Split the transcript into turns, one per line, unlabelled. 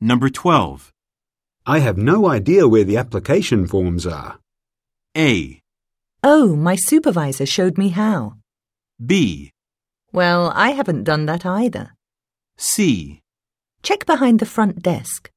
Number 12.
I have no idea where the application forms are.
A.
Oh, my supervisor showed me how.
B.
Well, I haven't done that either.
C.
Check behind the front desk.